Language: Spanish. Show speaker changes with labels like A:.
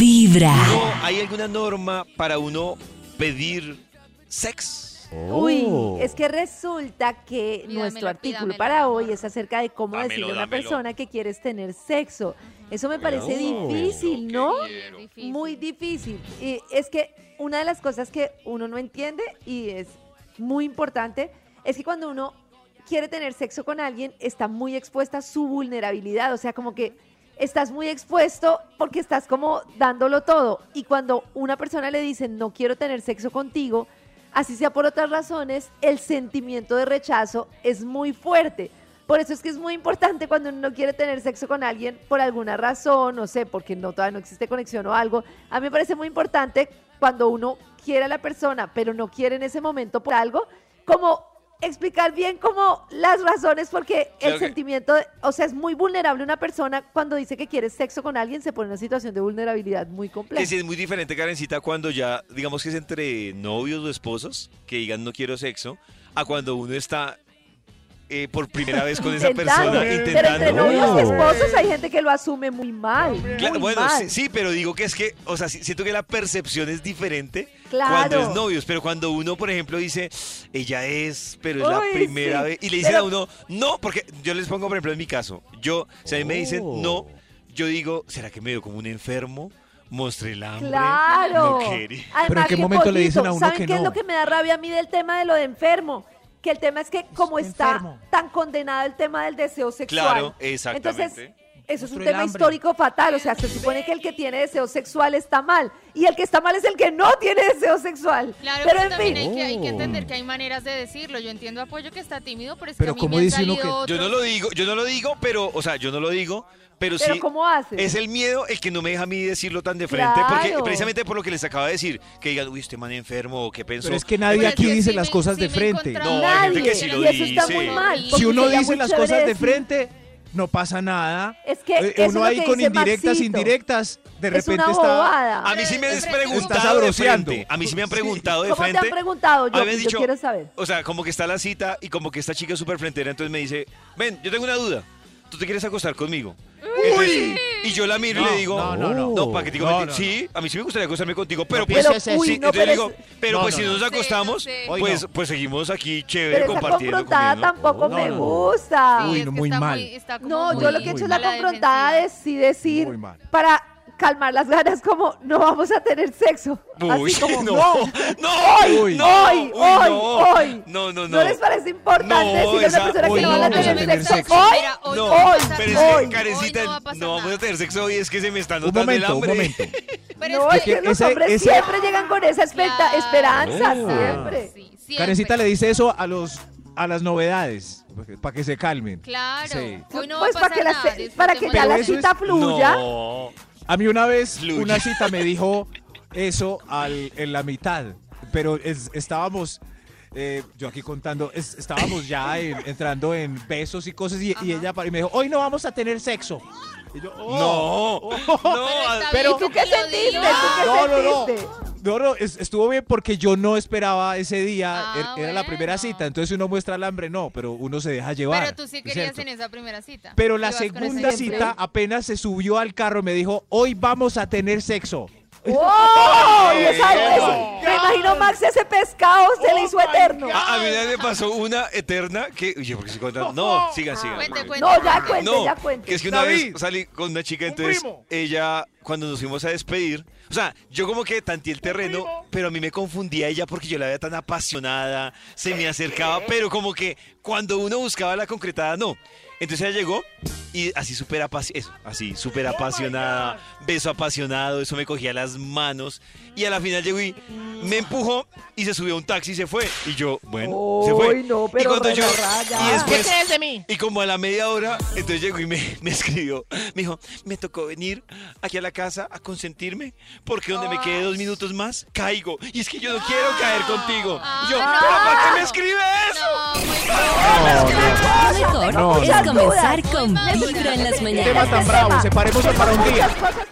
A: vibra.
B: No, ¿Hay alguna norma para uno pedir sex?
C: Oh.
D: Uy, es que resulta que
E: Pídamelo,
D: nuestro artículo
E: pídamelo,
D: para
E: por
D: hoy
E: favor.
D: es acerca de cómo
B: Dámelo,
D: decirle a una
B: dámelo.
D: persona que quieres tener sexo. Eso me parece
B: Cuidado.
D: difícil, ¿no?
E: Bien difícil.
D: Muy difícil. Y es que una de las cosas que uno no entiende y es muy importante es que cuando uno quiere tener sexo con alguien está muy expuesta a su vulnerabilidad, o sea, como que estás muy expuesto porque estás como dándolo todo y cuando una persona le dice no quiero tener sexo contigo, así sea por otras razones, el sentimiento de rechazo es muy fuerte. Por eso es que es muy importante cuando uno no quiere tener sexo con alguien por alguna razón, no sé, porque no, todavía no existe conexión o algo. A mí me parece muy importante cuando uno quiere a la persona, pero no quiere en ese momento por algo, como explicar bien como las razones, porque
B: Claro
D: el
B: que-
D: sentimiento, de- o sea, es muy vulnerable una persona cuando dice que quiere sexo con alguien, se pone en una situación de vulnerabilidad muy compleja.
B: Que sí es muy diferente, Karencita, cuando ya, digamos que es entre novios o esposos, que digan no quiero sexo, a cuando uno está eh, por primera vez con esa persona
D: pero entre
B: intentando.
D: novios
A: Oh.
D: y esposos hay gente que lo asume muy mal.
B: Claro,
D: muy
B: bueno,
D: mal.
B: sí, sí, pero digo que es que, o sea, sí- siento que la percepción es diferente
D: Claro.
B: cuando es novios, pero cuando uno, por ejemplo, dice, ella es, pero es la
D: Uy,
B: primera
D: sí,
B: vez, y le dicen
D: pero-
B: a uno, no, porque yo les pongo, por ejemplo, en mi caso, yo, si a mí me dicen
D: Oh.
B: no, yo digo, ¿será que me veo como un enfermo? Mostré el hambre.
D: Claro.
B: No quería.
D: Además,
C: Pero ¿en qué
D: que
C: momento le dicen a
D: pollito.
C: uno
D: ¿Saben
C: que
D: qué es
C: no?
D: lo que me da rabia a mí del tema de lo de enfermo? Que el tema es que como está
C: enfermo.
D: tan condenado el tema del deseo sexual.
B: Claro, exactamente.
D: Entonces, eso es un
C: Mostró el
D: tema
C: hambre.
D: histórico fatal. O sea, se supone que el que tiene deseo sexual está mal. Y el que está mal es el que no tiene deseo sexual.
E: Claro,
D: pero
E: pero
D: en
E: también
D: fin.
E: hay, que, hay que
C: Oh.
E: entender que hay maneras de decirlo. Yo entiendo apoyo que está tímido, pero es
C: Pero
E: que a mí
C: ¿cómo
E: me han
C: dice uno
E: salido
C: que-
E: otros-
B: Yo no lo digo, yo no lo digo, pero, o sea, yo no lo digo, pero,
D: Pero
B: sí.
D: ¿cómo haces?
B: Es el miedo el que no me deja a mí decirlo tan de frente,
D: Claro.
B: porque precisamente por lo que les acaba de decir, que digan, uy, este man enfermo, o qué pensó.
C: Pero es que
E: Pero
C: nadie
E: es
C: aquí
E: que
C: dice
E: sí
C: las
E: me-
C: cosas
E: sí
C: de
E: me he
C: frente.
E: encontrado
B: No, hay
D: Nadie.
B: gente que sí lo
D: y eso está
B: dice.
D: muy mal.
E: Si
D: porque
C: Si uno
D: sería
C: dice
D: muy
C: las
D: chévere
C: cosas de
D: decir-
C: frente, no pasa nada.
D: Es que
C: Eh,
D: eso es lo
C: uno ahí
D: que
C: con
D: dice
C: indirectas,
D: Maxito.
C: indirectas, de
D: es una
C: repente está.
D: bobada.
B: A mí sí me han
E: Estás
B: preguntado de
C: sabroseando.
B: frente. A mí sí me han preguntado de
D: ¿Cómo te
B: frente.
D: han preguntado? Yo,
B: A mí me han
D: yo
B: dicho,
D: quiero saber.
B: O sea, como que está la cita y como que esta chica es súper frontera, entonces me dice, ven, yo tengo una duda. ¿Tú te quieres acostar conmigo? Entonces, y yo la miro y
C: No,
B: le digo,
C: no, no, no.
B: para que te digo,
C: No,
B: mentira.
C: no, no.
B: sí, a mí sí me gustaría acostarme contigo, pero pues,
D: Pero,
B: sí,
D: uy, no,
B: entonces
D: pero
B: le digo,
D: es-
B: pero
C: No,
B: pues
C: no,
B: si
C: no.
B: nos
E: Sí, no
B: acostamos,
E: sé.
C: Hoy
B: pues,
C: no.
B: pues seguimos aquí chévere
D: Pero esa
B: compartiendo,
D: confrontada
B: comiendo.
D: tampoco
C: No,
D: me
C: no.
D: gusta.
E: Sí,
C: Uy,
E: es
C: no,
E: que
C: muy
E: está
C: mal.
E: está Ah, como
D: No,
E: muy
D: yo lo que he hecho es la
E: a
D: confrontada
E: defensiva.
D: es sí decir
C: Muy mal.
D: para calmar las ganas como no vamos a tener sexo.
B: Uy,
D: Así como
B: no, no,
D: hoy,
B: no,
D: hoy,
B: uy,
D: hoy,
B: no.
D: hoy.
B: No, no, no.
D: ¿No les parece importante
B: No,
D: decirle
B: esa-
D: a una persona
C: hoy
D: que no
C: no
D: van a
C: vamos a
D: tener
C: tener
D: sexo?
C: sexo.
D: Hoy,
E: Mira, hoy
B: no,
E: no va a pasar
B: pero es
D: nada.
B: que,
D: Hoy
B: Karencita,
E: no va a pasar
B: vamos
E: nada.
B: a tener sexo hoy, es que se me está
C: Un
B: notando el
C: momento, un
B: hambre.
C: momento.
E: Pero
D: no,
E: es
D: es
E: que-
D: que,
C: que
D: los
C: ese-
D: hombres
C: ese-
D: siempre llegan con esa expecta-
E: Claro.
D: esperanza,
C: No.
D: siempre.
E: Sí, siempre.
C: Carecita le dice eso a los a las novedades, para que se calmen.
E: Claro.
C: Sí.
E: Hoy no
D: pues
E: va a
D: para que,
E: pasar
D: la,
E: nada.
D: se- para que ya
E: disfrutemos
D: la
C: Pero eso es-
D: cita fluya.
B: No.
C: A mí una vez
B: Fluye.
C: una cita me dijo eso al- en la mitad, pero es- estábamos, eh, yo aquí contando, es- estábamos ya en- entrando en besos y cosas y, y ella paró y me dijo, hoy no vamos a tener sexo. Y yo, "Oh".
B: No. No,
E: está
C: pero-
E: bien
D: ¿Tú
E: que
D: qué
E: te lo
D: sentiste?
E: diga.
D: ¿Tú qué
C: No, no, no.
D: sentiste?
C: No, no, es- estuvo bien porque yo no esperaba ese día,
E: Ah,
C: er- era la primera
E: bueno.
C: cita, entonces uno muestra el hambre, no, pero uno se deja llevar.
E: Pero tú sí querías
C: ¿cierto?
E: en esa primera cita.
C: Pero la
E: Ibas con ese
C: segunda
E: ejemplo.
C: cita apenas se subió al carro y me dijo, hoy vamos a tener sexo.
D: ¡Wow! Y esa-
B: Ay,
D: ese-
B: no.
D: me imagino Max ese pescado se le hizo eterno.
B: A, a mí ya me pasó una eterna que. Oye, porque estoy contando. No, sigan, sigan.
E: Cuente, cuente.
D: No, ya cuente,
B: No,
D: ya cuente.
B: que es que una
C: David.
B: vez salí con una chica,
C: Un
B: entonces
C: primo.
B: ella, cuando nos fuimos a despedir, o sea, yo como que tanteé el terreno, pero a mí me confundía ella porque yo la veía tan apasionada, se me acercaba, pero como que cuando uno buscaba la concretada, no. Entonces ella llegó y así súper apasionada, así súper
C: Oh
B: apasionada, beso apasionado, eso me cogía las manos y a la final llegó y me empujó y se subió a un taxi y se fue. Y yo, bueno, se fue.
D: Uy, no,
B: y
D: pero
B: cuando yo,
D: rara ya.
B: y después
F: de mí?
B: y como a la media hora, entonces llegó y me, me escribió. Me dijo, me tocó venir aquí a la casa a consentirme porque donde me quedé dos minutos más, caigo. Y es que yo no quiero caer contigo. Y yo,
E: Ah,
B: ¿pero para
E: no.
B: qué me escribes?
E: No, muy bien.
A: Lo mejor
D: No,
A: es
D: no.
A: comenzar
D: Dudas.
A: con
E: Muy mal.
A: vibra en las
C: Tema
A: mañanas.
C: tan bravo, separemos para un día.
D: Muchas cosas